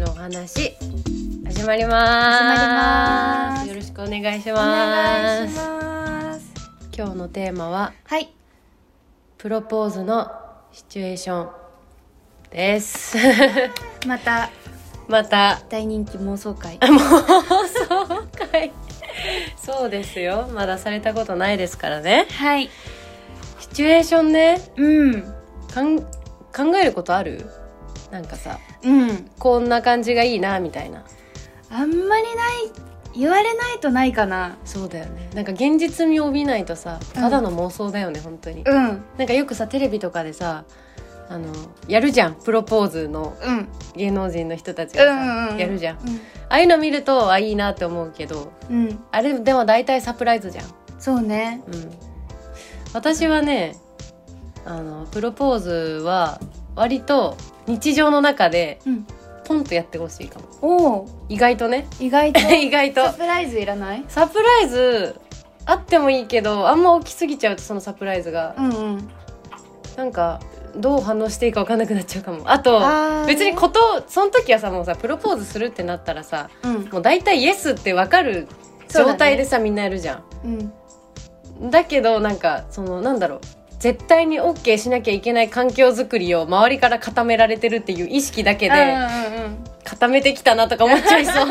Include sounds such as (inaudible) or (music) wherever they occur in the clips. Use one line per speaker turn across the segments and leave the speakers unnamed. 話始まります
始まります
よろしくお願いし
お願
ま
いし
す
ます
今日のテーマは
はい
プロポーズのシチュエーションです (laughs)
また
また
大人気妄想会
放送回そうですよまだされたことないですからね
はい
シチュエーションね
うん
かん考えることあるなんかさ
うん
こんな感じがいいなみたいな
あんまりない言われないとないかな
そうだよねなんか現実味を帯びないとさただの妄想だよね、本当に
うんうん
なんかよくさテレビとかでさあのやるじゃんプロポーズの
うん
芸能人の人たちがさ、
うんうんうん
やるじゃんああいうの見るとあいいなって思うけど
うん、
あれでも大体サプライズじゃん、
そうね
うん、私はねあのプロポーズは割と日常の中で
うん
ポンとやってほしいかも
おお
意外とね
意外と
(laughs) 意外と
サプライズいらない
サプライズあってもいいけどあんま大きすぎちゃうとそのサプライズが
うんうん
なんかどう反応していいか分かんなくなっちゃうかもあと
あー
別にことその時はさもうさプロポーズするってなったらさ
うん
もう大体イエスって分かる
そうだね
状態でさ、みんなやるじゃ
うん
んだけどなんかそのなんだろう絶対に OK しなきゃいけない環境づくりを周りから固められてるっていう意識だけ
うん
で
うんうん
固めてきたなとか思っちゃい
(laughs)
そう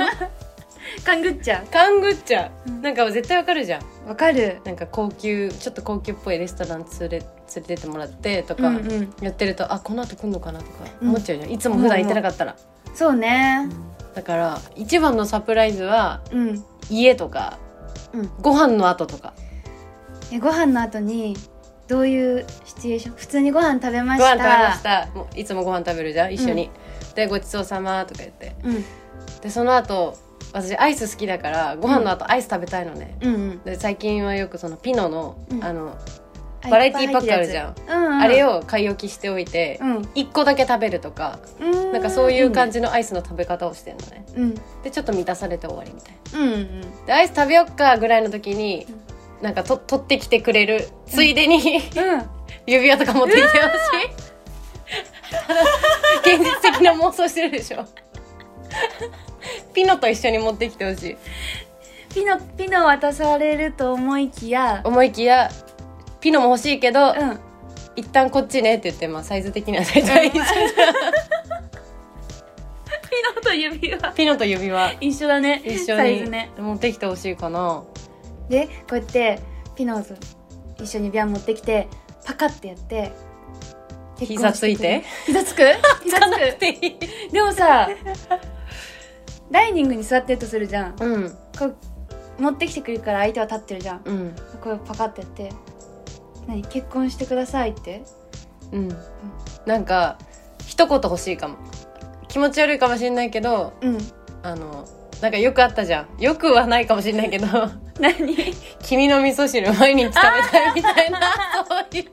勘ぐっちゃ
勘ぐっちゃう、
うん
なんか絶対わかるじゃん
うわかる
なんか高級ちょっと高級っぽいレストラン連れ連れてってもらってとか、
うんうん
やってるとあこの後来んのかなとか
うん
思っちゃうじゃん、いつも普段行ってなかったら、
そうね
だから一番のサプライズは
うん
家とか、
うん
ご飯の後とか
えご飯の後にどういうシチュエーション普通にご飯食べまし
ご
た
飯食べましたもういつもご飯食べるじゃん一緒に、でごちそうさまとか言って
うん
でその後私アイス好きだからご飯の後アイス食べたいのね、
うんうん
で最近はよくそのピノの、
うん
あの
あ
バラエティパックあるじゃん
いっぱい入ってるやつうんうん、
あれを買い置きしておいて、
うん
一1個だけ食べるとか
うん
なんかそういう感じのアイスの食べ方をしてるのね
うん
でちょっと満たされて終わりみたいな
うんうん
でアイス食べよっかぐらいの時に、
うん
なんかと取ってきてくれるついでに、
うん
指輪とか持ってきてほしい (laughs) 現実的な妄想してるでしょピノと一緒に持ってきてほしい
ピノピノ渡されると思いきや
思いきやピノも欲しいけど、
うん
一旦こっちねって言って、まあ、サイズ的には大体一緒、
ピノと指輪
(laughs) ピノと指輪
一緒だね
一
サ
緒
イ
に
ズね
持ってきてほしいか
(laughs)
な、
でこうやってピノと一緒にビャン持ってきてパカってやって結婚
膝ついて
してくれる膝つく膝つ
(laughs)
くでもさダイニングに座ってるとするじゃん
うん
こう持ってきてくれるから相手は立ってるじゃん
うん
これパカってやって「何結婚してください」って
うん、なんか一言欲しいかも気持ち悪いかもしれないけど
うん
あのなんかよくあったじゃんよくはないかもしれ (laughs) ないけ
(laughs)
ど
何
君の味噌汁毎日食べたいみたいなそういう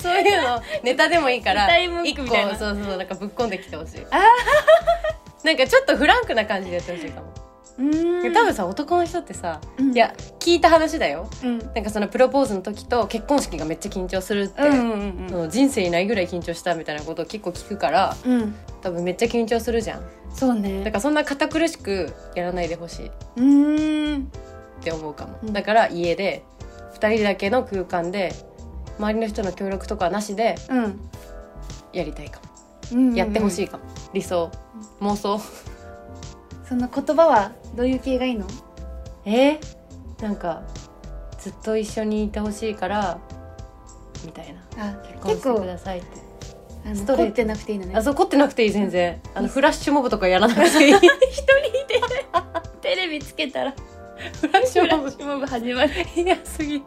そういう
(laughs)
のネタでもいいから
ネタ文
一
句
個
みたいな
そうそうなんかぶっこんできてほしい
あ
(laughs) なんかちょっとフランクな感じでやってほしいかも、
うん
多分さ男の人ってさ、
うん
いや聞いた話だよ
うん
なんかそのプロポーズの時と結婚式がめっちゃ緊張するって、
うんうん
その人生いないぐらい緊張したみたいなことを結構聞くから
うんうん
多分めっちゃ緊張するじゃん
そう
だか
ね
らそんな堅苦しくやらないでほしいっ
うーん
て思うかも、
うん
だから家で2人だけの空間で周りの人の協力とかはなしで
うん
やりたいかも、
うん
やってほし
い
いかも理想妄想
その言葉はどういう系がいいの
えー、なんかずっと一緒にいてほしいからみたいな
あ
結婚し
結
てく
構
ださいって
あの
ストレート
怒ってなくていいのね
あそう怒ってなくていい全然あのフラッシュモブとかやらなく (laughs) ていい
テレビつけたら
フラッシュモブ
モブ始まる
嫌すぎ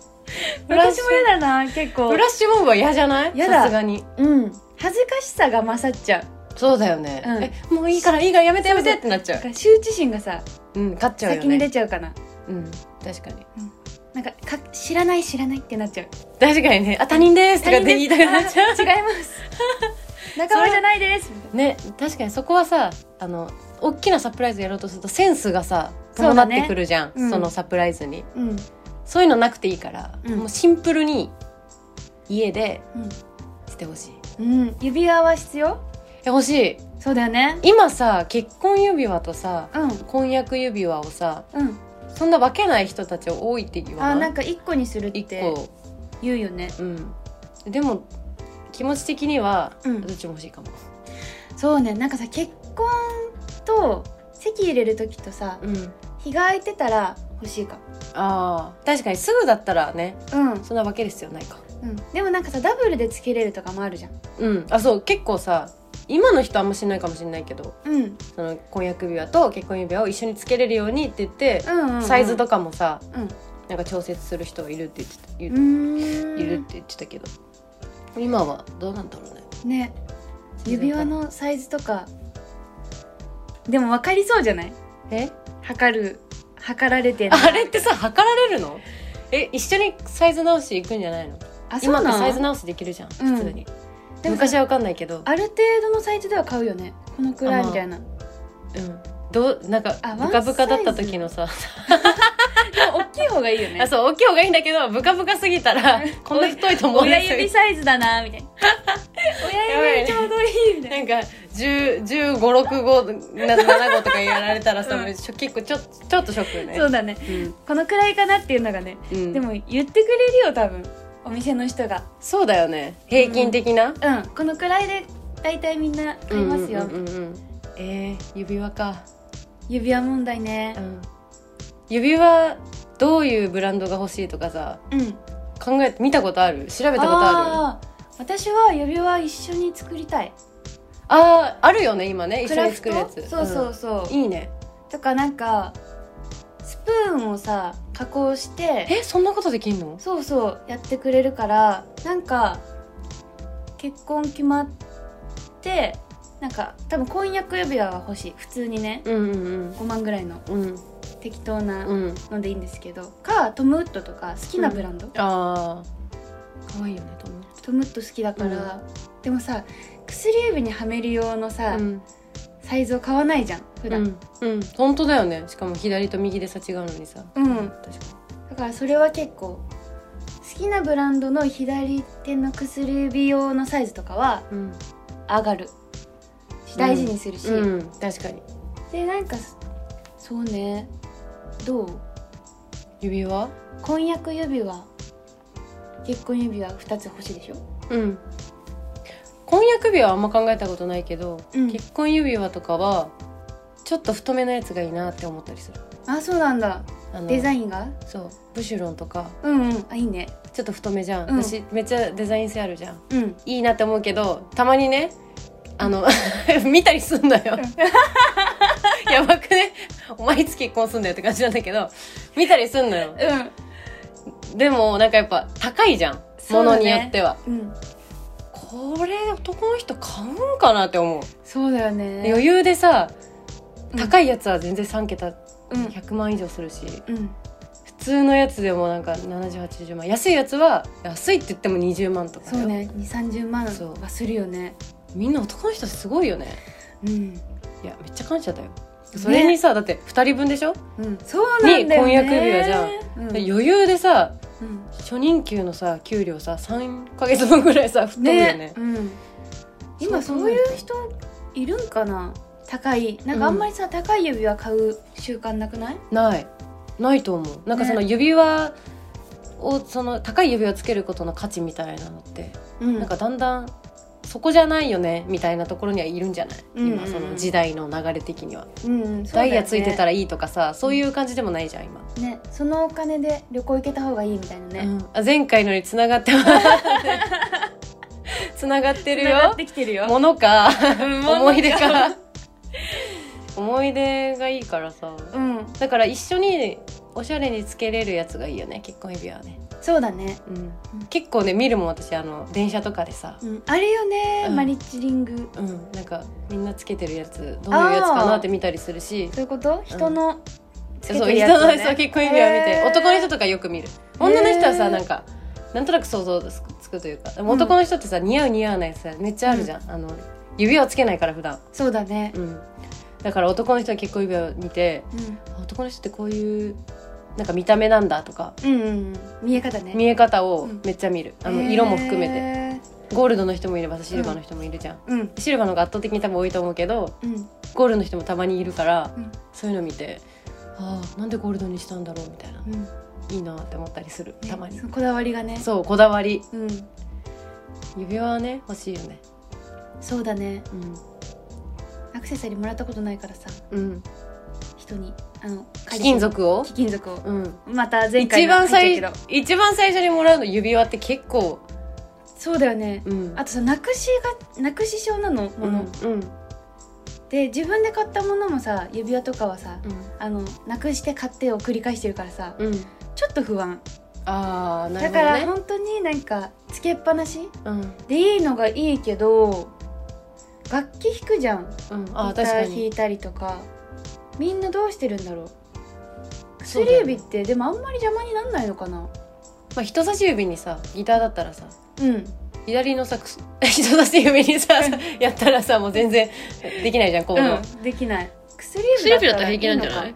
(laughs) 私も嫌だな結構
フラッシュモブは嫌じゃない
嫌だ
さすがに
うん恥ずかしさが勝っちゃう
そうだよね、
うん
えもういいからいいからやめてやめてってなっちゃ
だ
う
から羞恥心がさ
うん勝っちゃうよ
先に出
ね
ちゃうかな
うん確かに
なんかか知らない知らないってなっちゃう
確かにねあ他人ですとかって言いたくなっちゃ
違います仲間じゃないです
う (laughs) ね確かにそこはさあの大きなサプライズやろうとするとセンスがさ
そう
伴
だ
っ
ね
てくるじゃんそ,、
うん
のサプライズに
うん、うん、
そういうのなくていいから、
うん
もうシンプルに家でしてほしい
うん、指輪は必要
え欲しい
そうだよね
今さ結婚指輪とさ
うん
婚約指輪をさ
うん
そんな分けない人たち多いって言
あ
わ
ー
な
ないんか一個にするっ
一
て
個
言うよね
うんでも気持ち的には
うん
どっちも欲しいかも、
そうねなんかさ結婚と席入れる時とさ
うん、
日が空いてたら欲しいか
あー確かにすぐだったらね
うん、
そんな分ける必要ないか
うん、でもなんかさダブルでつけれるとかもあるじゃん
うんあそう結構さ今の人あんましないかもしれないけど
うん
その婚約指輪と結婚指輪を一緒につけれるようにって言って、
うんうん、
サイズと
か
かもさ
うん
なんか調節する人がいるって言ってた言
う
う
ーん
いるって言ってたけど今はどうなんだろうね
ね指輪のサイズとかでも分かりそうじゃない
え
測る測られてんの
あれってさ測られるのえ一緒にサイズ直し行くんじゃないの
あそう
今
な
っ
の
てサイズ直しできるじゃん
うん
普通に、
でもさ
昔は分かんないけど
ある程度のサイズでは買うよねこのくらいみたいな
うんどうなんか
あ
ブカブカだった
ワンサイズ
時のさ
でも大きい方がいいよね
あそう大きい方がいいんだけどブカブカすぎたら
うん
こんな太いと思う
親指サイズだな
(laughs)
みたいな親指ちょうどいいみたいな
なんか151657号とかやられたらさ、
うん
もうしょ結構ちょちょっとショックよね
そうだね
うん
このくらいかなっていうのがね、
うん、
でも言ってくれるよ多分お店の人が
そうだよね平均的な、
うんこのくらいで大体みんな買いますよ、
うんうんうんうんえー、指輪か、
指輪問題ね
うん、指輪どういうブランドが欲しいとかさ
うん
考えて見たことある調べたことある
あー私は指輪一緒に作りたい
あーあるよね今ね一緒に作るや
クラ
つ
フトそうそうそう、
うんいいね
とかなんかスプーンをさ加工して
えそんなことできんの
そうそうやってくれるからなんか結婚決まってなんか多分婚約指輪は欲しい普通にね
うんうん
5万ぐらいの
うん
適当な
うんうん
のでいいんですけどかトムウッドとか好きなブランド、
ああ可愛いよねと思
トムウッド好きだから、でもさ薬指にはめる用のさ、
うん
サイズを買わないじゃん普
う
段、
ん、うん、本当だよねしかも左と右でさ違うのにさ
うん
確か
だからそれは結構好きなブランドの左手の薬指用のサイズとかは
にうん、
上がるし大事にするし、
うん、確かに
でなんかそうねどう
指輪
婚約指輪結婚指輪2つ欲しいでしょ
うん婚約指輪はあんま考えたことないけど、
うん
結婚指輪とかはちょっと太めのやつがいいなって思ったりする
あそうなんだ
あの
デザ
イン
インが
そうブシュロンとか
うんうんあいいね
ちょっと太めじゃん、
うん
私めっちゃデザイン性あるじゃん
うん
いいなって思うけどたまにねあの (laughs) 見たりすんの
(laughs)
よやばくねお前いつ結婚すんだよって感じなんだけど見たりすんのよでもなんかやっぱ高いじゃん、
そ
も
うだ
の
ね
によっては
うんうん
これ男の人買うんかなって思う
そうだよね
余裕でさ高
い
いやつは全然3桁
うん
100万以上するし、
うん
普通のやつでもなんか7080万安いやつは安いって言っても20万とかだ
そ
よ
うね2三3 0万
そう
はするよね
みんな男の人すごいよね
うん
いやめっちゃ感謝だよそれにさ、だって2人分でしょ、
うんそうなんだよね
に婚約指輪じゃ
んうん
で余裕でさ
うん
初任給のさ給料さ3ヶ月分ぐらいさ吹っ飛ぶよね
ねうん今そういう人いるんかな高いなんかあんまりさ、高い指輪買う習慣なくない
ないないと思うなんかその指輪を、その高い指輪つけることの価値みたいなのって、
うん
なんかだんだんそこじゃないよねみたいなところにはいるんじゃない、
うんうんうん
今その時代の流れ的には、
うんうんそうだ
ダ
よね
イヤついてたらいいとかさそういう感じでもないじゃん今、
ねそのお金で旅行行けた方がいいみたいなね、
うんあ前回のにつなが
(laughs)
ってますつながってる
繋が
よ
ってきてるよ
ものか
か
思い出か思い出がいいからさ
(laughs) うん
だから一緒におしゃれにつけれるやつがいいよね結婚指輪はね、
そうだね、
うん、結構ね見るもん私あの電車とかでさ、
うん、あれよね、
うん
マリッジリング
うん、なんかみんなつけてるやつどういうやつかなって見たりするし
そういうこと人のつけて
そう
る
人
や
の
つ、ね、
そう結婚指輪見て
へー
男の人とかよく見る女の人は
へ
さ
ー
なんかなんとなく想像つくつくというかでも男の人ってさ、似合う似合わないさめっちゃあるじゃん、あの指輪をつけないから普段、
そうだね
うん、だから男の人は結婚指輪を見て
うん
あ男の人ってこういうなんか見た目なんだとか
うんうんうん見え方ね
見え方を
うん
めっちゃ見る、あの色も含めて
て
ゴールドの人もいればさシルバーの人もいるじゃん、
うん
シルバーの方が圧倒的に多分多いと思うけど
うん
ゴールドの人もたまにいるから、
うん
そういうの見てああなんでゴールドにしたんだろうみたいな
うん
いいなって思ったりするたまに、
ねそのこだわりがね
そうこだわり
うん
指輪はね欲しいよね
そうだね
うん
アクセサリーもらったことないからさ
うん
人にあの
貴金属を
貴金属を
うん
また前回
一
の
番
入っ
最
ちゃうけど
一番最初にもらうの指輪って結構
そうだよね
うん
あとさなくしがなくし症なのもの、
うんうん
で自分で買ったものもさ指輪とかはさ
う
あのなくして買ってを繰り返してるからさ
んうん
ちょっと不安
ああなる
だ
ほ
か
ど
ら
ね
本当になんかつけっぱなし
うん
でいいのがいいけど楽器弾くじゃん
うんああ
ギタ
確か
ー弾
に
いたりとかみんなどうしてるんだろう
そう
薬
だよ
指
ね
ってでもあんまり邪魔になんないのかな
まあ人差し指にさギターだったらさ
うん
左のさくす (laughs) 人差し指にさ
うん
(laughs) やったらさもう全然できないじゃんこうの、
うん、できない薬
薬指
指
だっ
だった
ら
たらいい
平気な
のか
んじゃない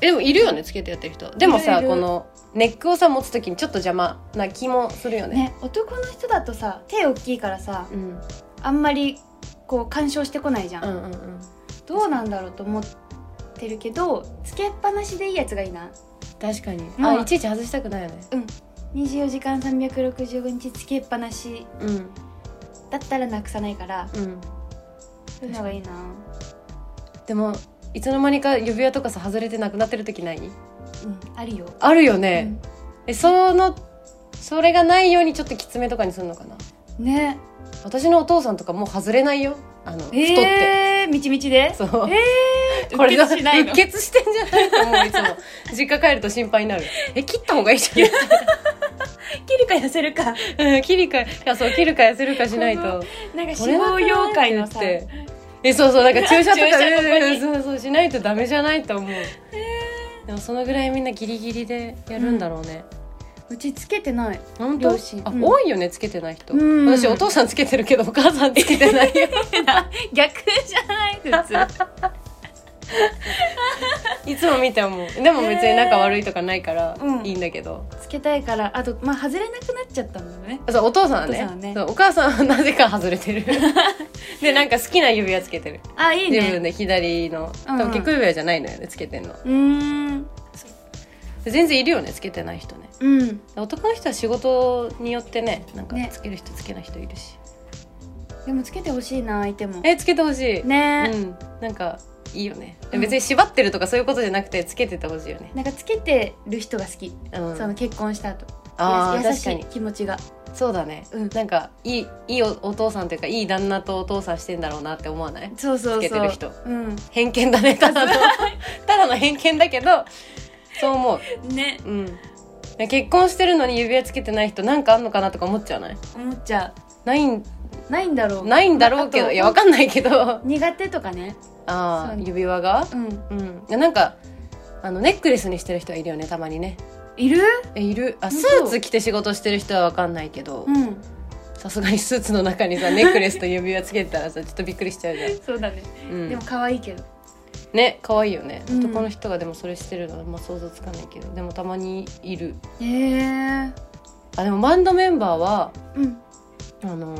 えでもいるよねつけてやってる人でもさ
いるいる
このネックをさ持つ時にちょっと邪魔な気もするよね
ね男の人だとさ手大きいからさ
うん、うん
あんまりこう干渉してこないじゃん、
うんうん
どうなんだろうと思ってるけどつけっぱなしでいいやつがいいな
確かに、
まあ
あいちいち外したくないよね
24時間365日つけっぱなし
うん
だったらなくさないから
うん
そういうのがいいな
でもいつの間にか指輪とかさ外れてなくなってる時ない
うんあるよ、
あるよ
う
ね、
ん
えそのそれがないようにちょっときつめとかにするのかな
ね
私のお父さんとかもう外れないよあの、太って
えー、みちみちで
そう、
えー
これが
うっ血しないの
うっ血してんじゃないと思ういつも実家帰ると心配にな
(laughs)
るえ切った方がいい (laughs) じゃん
切るか痩せるか
うん切るかいやそう切るか痩せるかしない
ことなんか
これな
脂
く
肪
ない
妖怪のさ
ってえそうそうなんか注射と
(laughs) 注
か
射ここに
そうそうしないとダメじゃないと思う、でもそのぐらいみんなギリギリでやるんだろうね、
うちつけてない
本当
両親
あ、
うん
多いよねつけてない人、
うん
私お父さんつけてるけどお母さんつけて
(laughs)
ないよ
逆じゃない普通
いつも見て思うでも別に仲悪いとかないから
うん
いいんだけど、
つけたいからあとまあ外れなくなっちゃったんだよね
そうお父さんは
お
ねお
父さんはね
そうお母さんはなぜか外れて
(laughs)
るでなんか好きな指輪つけてる
あいい
自分
ね
で左の多
うんう
分
ん
結婚指輪じゃないのよねつけてんの
うーん
全然いるよねつけてない人ね
うん
男の人は仕事によってねなんか
ね
つける人つけない人いるし、
でもつけてほしいな相手も
えつけてほしい、
ね
う、んなんかいいよね、
うん
別に縛ってるとかそういうことじゃなくてつけててほしいよね、
なんかつけてる人が好き、
うん、
その結婚した後
あ
や
ー
優
確
し
か
い
に
気持ちが
そうだね、
うん
なんかいいいいおお父さんというかいい旦那とお父さんしてんだろうなって思わない
そうそうそう
つけてる人
う
偏見だねただの (laughs) ただの偏見だけどそう思うん
ね
うん結婚してるのに指輪つけてない人なんかあんのかなとか思っちゃわない
思っちゃ
ないん
うないんだろう
ないんだろうけ
あ
ど
と
いやわかんない
(laughs)
けど
苦手とかね
ああ
そう
指輪が
うん
うんいやなんかあのネックレスにしてる人はいるよねたまにね
いる
えいるあ
本
ス
当
ーツ着て仕事してる人はわかんないけど
うん
さすがにスーツの中
(laughs)
にさネックレスと指輪つけてたらさちょっとびっくりしちゃうじゃん、
そうだね、
うん、
でも可愛いけど
ね可愛いよね、
うん
男の人がでもそれしてるのはあんま想像つかないけどでもたまにいる
へえ
あでもバンドメンバーは
うん
あの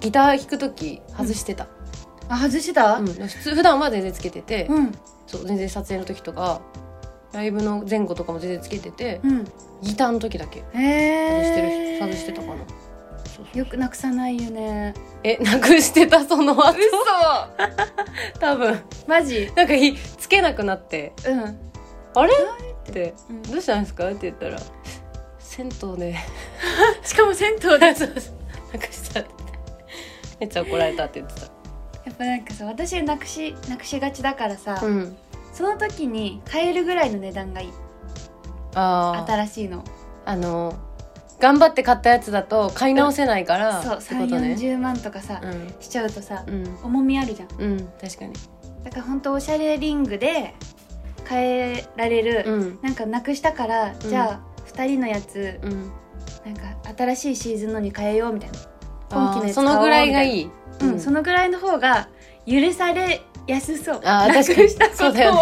ギター弾く時外してた、
あ外してた
うん普通普段は全然つけてて、
うん
そう全然撮影の時とかライブの前後とかも全然つけてて、
うん
ギターの時だけ
へえ
外してる人外してたかなそうそう
よくなくさないよね
えなくしてたその後
嘘
多分
マジ
なんかいつけなくなって
うん、
「あれ?」って
う
「
ん
どうしたんですか?」って言ったら「銭湯で」
しかも銭湯
そうそうそうなくしたってめっちゃ怒られたって言って
やっぱなんかさ私なくしなくしがちだからさ、
たうん
その時に買えるぐらいの値段がいい
ああ
新しいの
あの頑張って買ったやつだと買い直せないから
そう
ってこと
3四
ね
4 0万とかさ、しちゃうとさ
うんうん
重みあるじゃん
うん確かに
だからほんとおしゃれリングで変えられる、
うん
なんかなくしたから、じゃあ2人のやつ
うん
なんか新しいシーズンのに変えようみたいな今期の
あー
やつ
そのぐらいがいい
うん、そのぐらいの方が許されやす (laughs) そう
あー
なく
確かに
したこと
そうだよ
を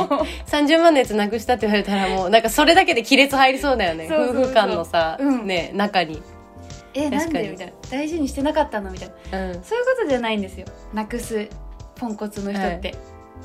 30万のやつなくしたって言われたらもうなんかそれだけで亀裂入りそうだよね
そうそうそう
夫婦間のさ、
うん
ね中に
えなん
確かに
でみたいな大事にしてなかったのみたいな
うん
そういうことじゃないんですよなくすポンコツの人って、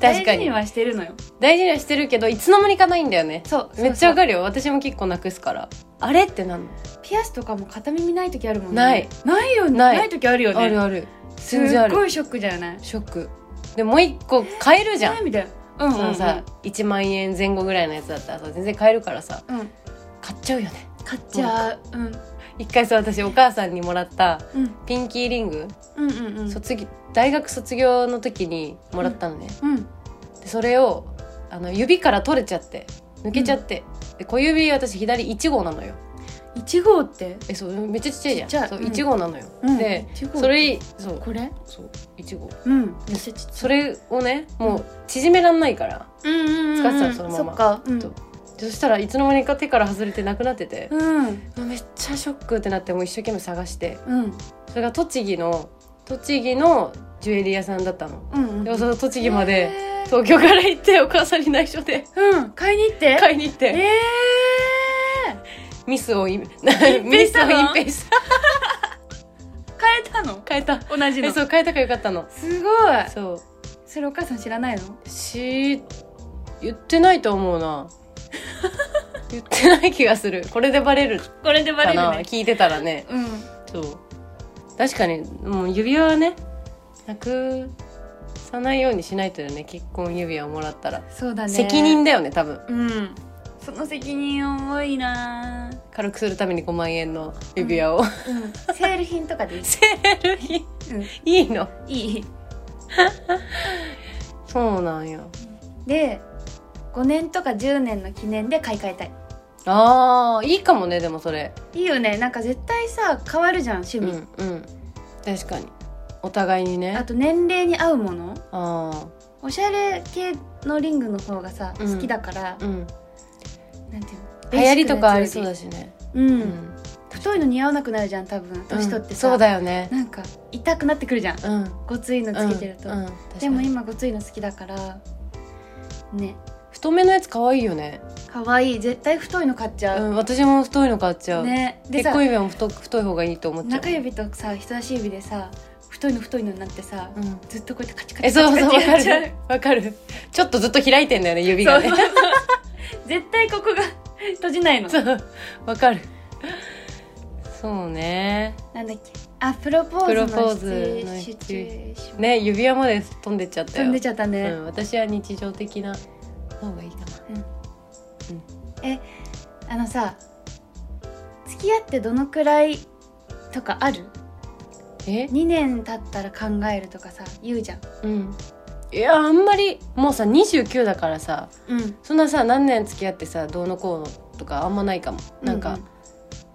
確
大
か
事
に
にはしてるのよ
大事にはしてるけどいつの間にかないんだよね
そう
めっちゃわ
る
かるよ私も結構なくすからあれってなんの
ピアスとかも片耳ない時あるもんね
ない
ないよね
な
ないい時あるよね
あるある
す
全然あ
っご
る
いショックじゃない
ショックでもう一個買えるじゃん、
えーみたいなうん
そ
うん、う
の
ん、
さ、1万円前後ぐらいのやつだったらさ全然買えるからさ
うん
買っちゃうよね
買っちゃううん
一回さ私お母さんにもらった
うん
ピンキーリング、
うんうんうん
卒業大学卒業の時にもらったのね、
うん
でそれをあの指から取れちゃって抜けちゃって、で小指私左1号なのよ
1号って
えそうめっちゃちっちゃいじゃん
ちっちゃい
そう
うん
1号なのよ、
うん
で
一号
それそう
これ
そう1号
うんめっちゃちっち
それをねもう縮めらんないから、
ゃいうんうんうんうん
使ってたのそのまま
そっかうん
そうでそしたらいつの間にか手から外れてなくなってて、
うん
めっちゃショックってなってもう一生懸命探して
うん
それが栃木の栃木のジュエリー屋さんだったの
うんうん
でその栃木ま
へ
で
ー
東京から行ってお母さんに内緒で
うん買いに行って
買いに行って
え
ミスをいミ
蔽し
スを
た
隠
の
蔽した
ー、買えたの
変えた
同じ
え
の
そう変えたからよかったの
すごい
そう
それお母さん知らないの
し言ってないと思う
(laughs)
な言ってない気がするこれでバレるか
これでバ
な、聞いてたらね
うん
そう確かにもう指輪はねなくさないようにしないとよね結婚指輪をもらったら、
そうだね
責任だよね多分
うんその責任重いなー
軽くするために5万円の指輪を、
うんセール品とかでいい
セール品
うん
いいの
いい
そうなんや
で5年とか10年の記念で買い替えたい
あーいいかもねでもそれ
いいよねなんか絶対さ変わるじゃん趣
うん
味、
うん確かにお互いにね
あと年齢に合うもの
あ
おしゃれ系のリングの方がさ、
うん
好きだから
あ、うん
なんていうの
流行りとかありそうだ
し、
しね、
うん
うん
太いの似合わなくなるじゃん多分年取ってさ、
そうだよね
なんか痛くなってくるじゃん
うん
ごついのつけてると、
うんうん確かに
でも今ごついの好きだからね
太めのやつ可愛いよね、
可愛い絶対太いの買っち
う
ゃう、
ん、私も太いの買っちゃう、
ねで
結
さ
婚指輪も太太い方がいいと思っちゃう
中指とさ人差し指でさ太いの太いのになってさ、
うん
ずっとこうやってカチカ
え
チ
そう
(laughs) カチ
そう
カ
わ
チ
か
やっちゃう
るわかるちょっとずっと開いてんだよね指がね
そうそうそう (laughs) 絶対ここが閉じないの
そうわかるそうね
なんだっけあプロポーズ
プロポー
のシチ
ズの
ュシチュエーション
ね指輪まで飛んでっちゃったよ
飛んでちゃったね、
うん、私は日常的な方がいいかな
あのさ付き合ってどのくらいとかある
え
2年経ったら考えるとかさ言うじゃん
うんいやあんまりもうさ29だからさ
うん
そんなさ何年付き合ってさどうのこうのとかあんまないかもなんか、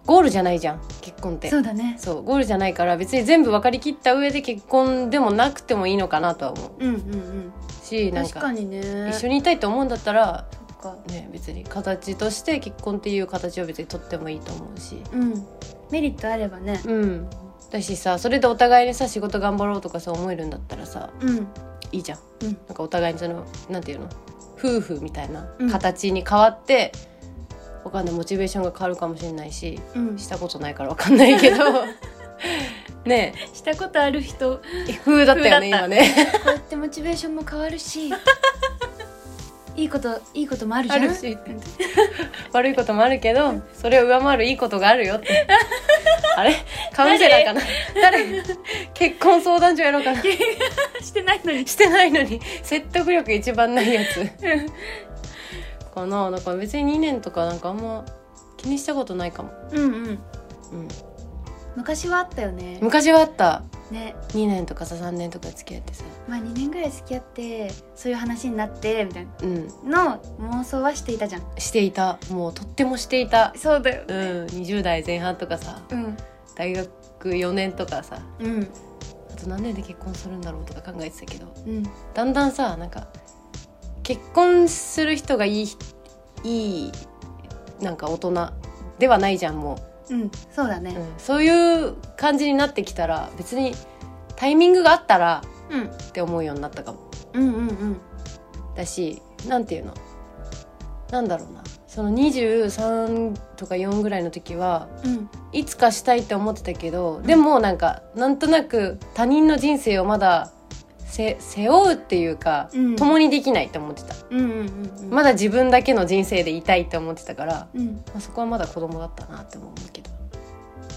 ゴールじゃないじゃん結婚って
そうだね
そうゴールじゃないから別に全部分かりきった上で結婚でもなくてもいいのかなとは思
うんうん
うし
うん
なん
確か
か
にね
一緒
に
にいたいと思うんだったら、
そっか
ね、別に形として結婚っていう形を別にとってもいいと思うし
うんメリットあればね
うんだしさそれでお互いにさ仕事頑張ろうとかさ思えるんだったらさ
うん
いいじゃん
うん
なんかお互いにそのなんていうの夫婦みたいな
うん
形に変わって、わかんないモチベーションが変わるかもしれないし
うん
したことないからわかんない
(laughs)
けどね
したことある人こ
え (laughs) 風だったよね
風だった
今ね
うやってモチベーションも変わる (laughs) しいいこといいこともあるじゃん
あるしって (laughs) 悪いこともあるけどそれを上回るいいことがあるよって (laughs) あれカウンセラーかな誰結婚相談所やろうかな
してないのに
してないのに説得力一番ないやつかなだから別に2年とかなんかあんま気にしたことないかも、
うんうん
うん、
昔はあったよね
昔はあった
ね
2年とかさ3年とか付き合ってさ
まあ2年ぐらい付き合ってそういう話になってみたい
うん
なの妄想はしていたじゃん
していたもうとってもしていた
そうだよ
うん20代前半とかさ
うん
大学4年とかさ
うん
あと何年で結婚するんだろうとか考えてたけど
うん
だんだんさなんか結婚する人がいいいいなんか大人ではないじゃんも
うんそうだ
う、う
ね
ん、そういう感じになってきたら別にタイミングがあったら
うん
って思うようになったかも
うんうんうん
だしなんていうのなんだろうなその23とか4ぐらいの時は
うん
いつかしたいって思ってたけどでもなんかなんとなく他人の人生をまだせ背負うっていうか、
うん
共にできないって思ってた
うんうんうん
まだ自分だけの人生でいたいって思ってたから、
うん
まあ、そこはまだ子供だったなって思うけど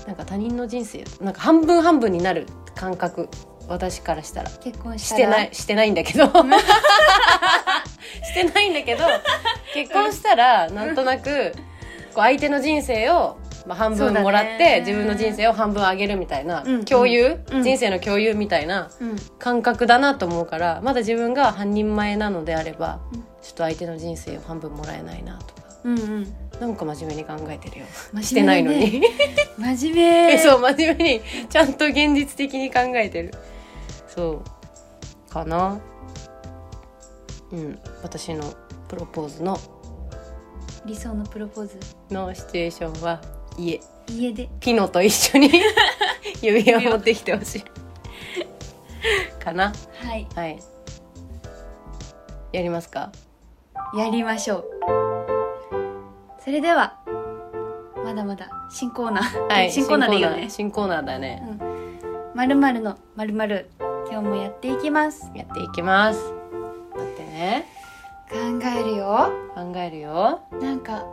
なんか他人の人生なんか半分半分になる感覚私からしたら
結婚し
したて
ら
ないしてないんだけどしてないんだけど結婚したらなんとなくこう相手の人生をまあ半
そう
分
だね
もらって自分の人生を半分あげるみたいな
うん
共有
うん
人生の共有みたいな
うん
感覚だなと思うからまだ自分が半人前なのであれば
うん
ちょっと相手の人生を半分もらえないなとか
うんうん
なんか真面目に考えてるよし
して
ないのに
真面
(laughs)
目
えそう真面目にちゃんと現実的に考えてるそうかなうん私のプロポーズの
理想のプロポーズ
のシチュエーションは家
家で
ピノと一緒に (laughs) 指輪持ってきてほしいかな
はい
はいやりますか
やりましょうそれではまだまだ新コーナー、
はい
新コーナーでいいよね
新コーナー新コーナーだね
まるまるのまるまる今日もやっていきます
やっていきます待ってね
考えるよ
考えるよ
なんか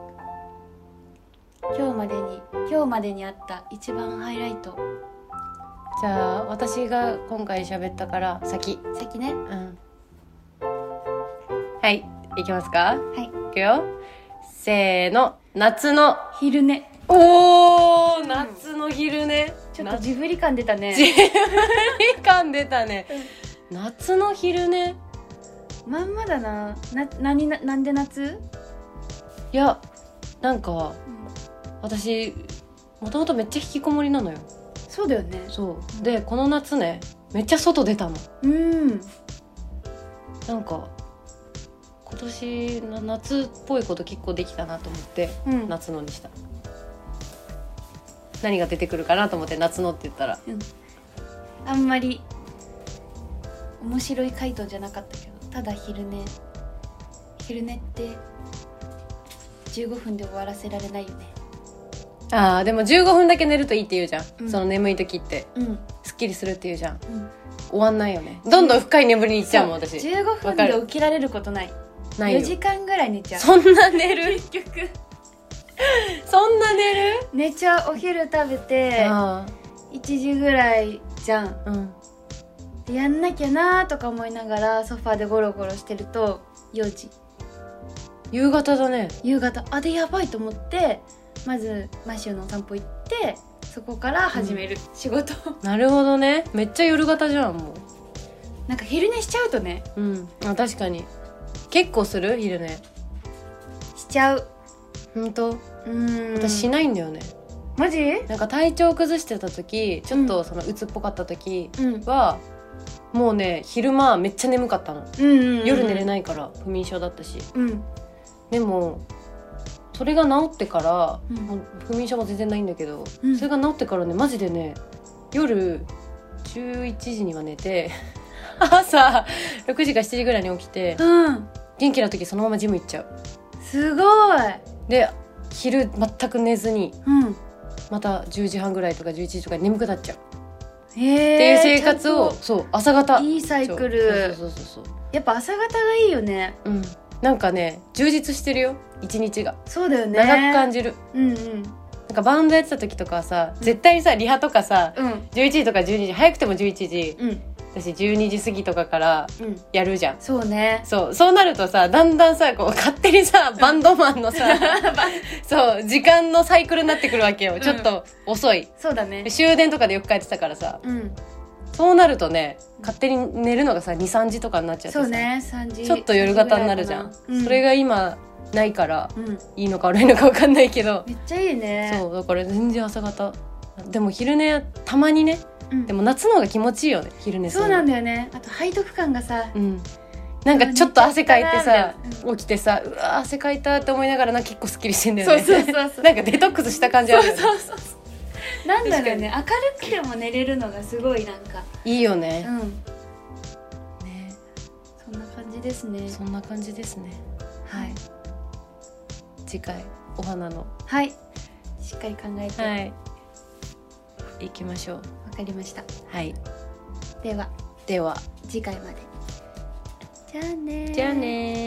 今日までに今日までにあった一番ハイライト
じゃあ私が今回喋ったから先
先ね
うんはい、いきますか。
はい
いくよ。せーの、夏の。
昼寝
お
ん
ー、夏の昼寝。
ちょっとジブリ感出たね
ジブリ感出たね。夏の昼寝。
まんまだなな何ななんで夏、
いや、なんか、私、もともとめっちゃ引きこもりなのよ。
そうだよね
そう。で、この夏ね、めっちゃ外出たの。
うん
なんか、今年の夏っぽいこと結構できたなと思って。
うん
夏のにした何が出てくるかなと思って夏のって言ったら
あんまり面白い回答じゃなかったけどただ昼寝昼寝って15分で終わらせられないよね
あーでも15分だけ寝るといいって言うじゃん、
うん
その眠い時って
うん、
すっきりするって言うじゃん
うん、
終わんないよねどんどん深い眠りにいっちゃうもん
そう
私
15
わ
分
か
で
る
起きられることない
ない
4
よ
時間ぐらい寝ちゃう
そんな寝る
結局
そんな寝る
寝ちゃうお昼食べて
あ
1時ぐらいじゃん
ーうん
でやんなきゃなーとか思いながらソファーでゴロゴロしてると4時
夕方だね
夕方あでやばいと思ってまずマシューのお散歩行ってそこから始める、仕事 (laughs)
なるほどねめっちゃ夜型じゃんも
なんか昼寝しちゃうとね
ううんあ確かに結構する昼寝
しちゃう
ほんと
うーん
私しないんだよね、
マジ
なんか体調崩してた時ちょっとその鬱っぽかった時、
うん
はもうね昼間めっちゃ眠かったの
うんうん、うん、
夜寝れ
い
ないから不眠症だったし
うん
でもそれが治ってから、
うん
もう不眠症も全然ないんだけど、
うん
それが治ってからねマジでね夜11時には寝て (laughs) 朝6時か7時ぐらいに起きて
うん
元気な時そのままジム行っちゃう
すごい
で昼全く寝ずに
うん
また10時半ぐらいとか11時とかに眠くなっちゃうっ
へえ
ていう生活をそう朝方
いいサイクル
そうそうそうそうそう
やっぱ朝方がいいよね
うん、なんかね充実してるよ一日が
そうだよね
長く感じる、
うんうん
なんかバンドやってた時とかはさ絶対にさリハとかさ
うん
11時とか12時早くても11時
うん
私12時過ぎとかから
うん
やるじゃん
そうね
そうそうなるとさだんだんさこう勝手にさバンドマンのさそう時間のサイクルになってくるわけよちょっと遅い、
そうだね
終電とかでよく帰ってたからさ
うん
そうなるとね勝手に寝るのがさ23時とかになっちゃって
そう
さ、
ね3時
ちょっと夜型になるじゃん、それ
が
が今ないから
うん
いいのか悪いのか分かんないけど、
めっちゃいいね
そうだから全然朝方でも昼寝たまにね
うん
でも夏の方が気持ちいいよね昼寝する
そうなん
だ
だよねあと背徳感がさ
うんなんかちょっと汗かいてさ
うん
起きてさうわ汗かいたって思いながらなんか結構すっきりしてんだよね
そうそうそうそう
(laughs) なんかデトックスした感じあるよね
なんだろうね明るくても寝れるのがすごいなんか
いいよ
う
ね,、
ん
ね
そんな感じですね
そんな感じですね
はい
次回お花の
はいしっかり考えてわ、
はい行きましょう
かりました
はい
では
では
次回までじゃあねー
じゃあねー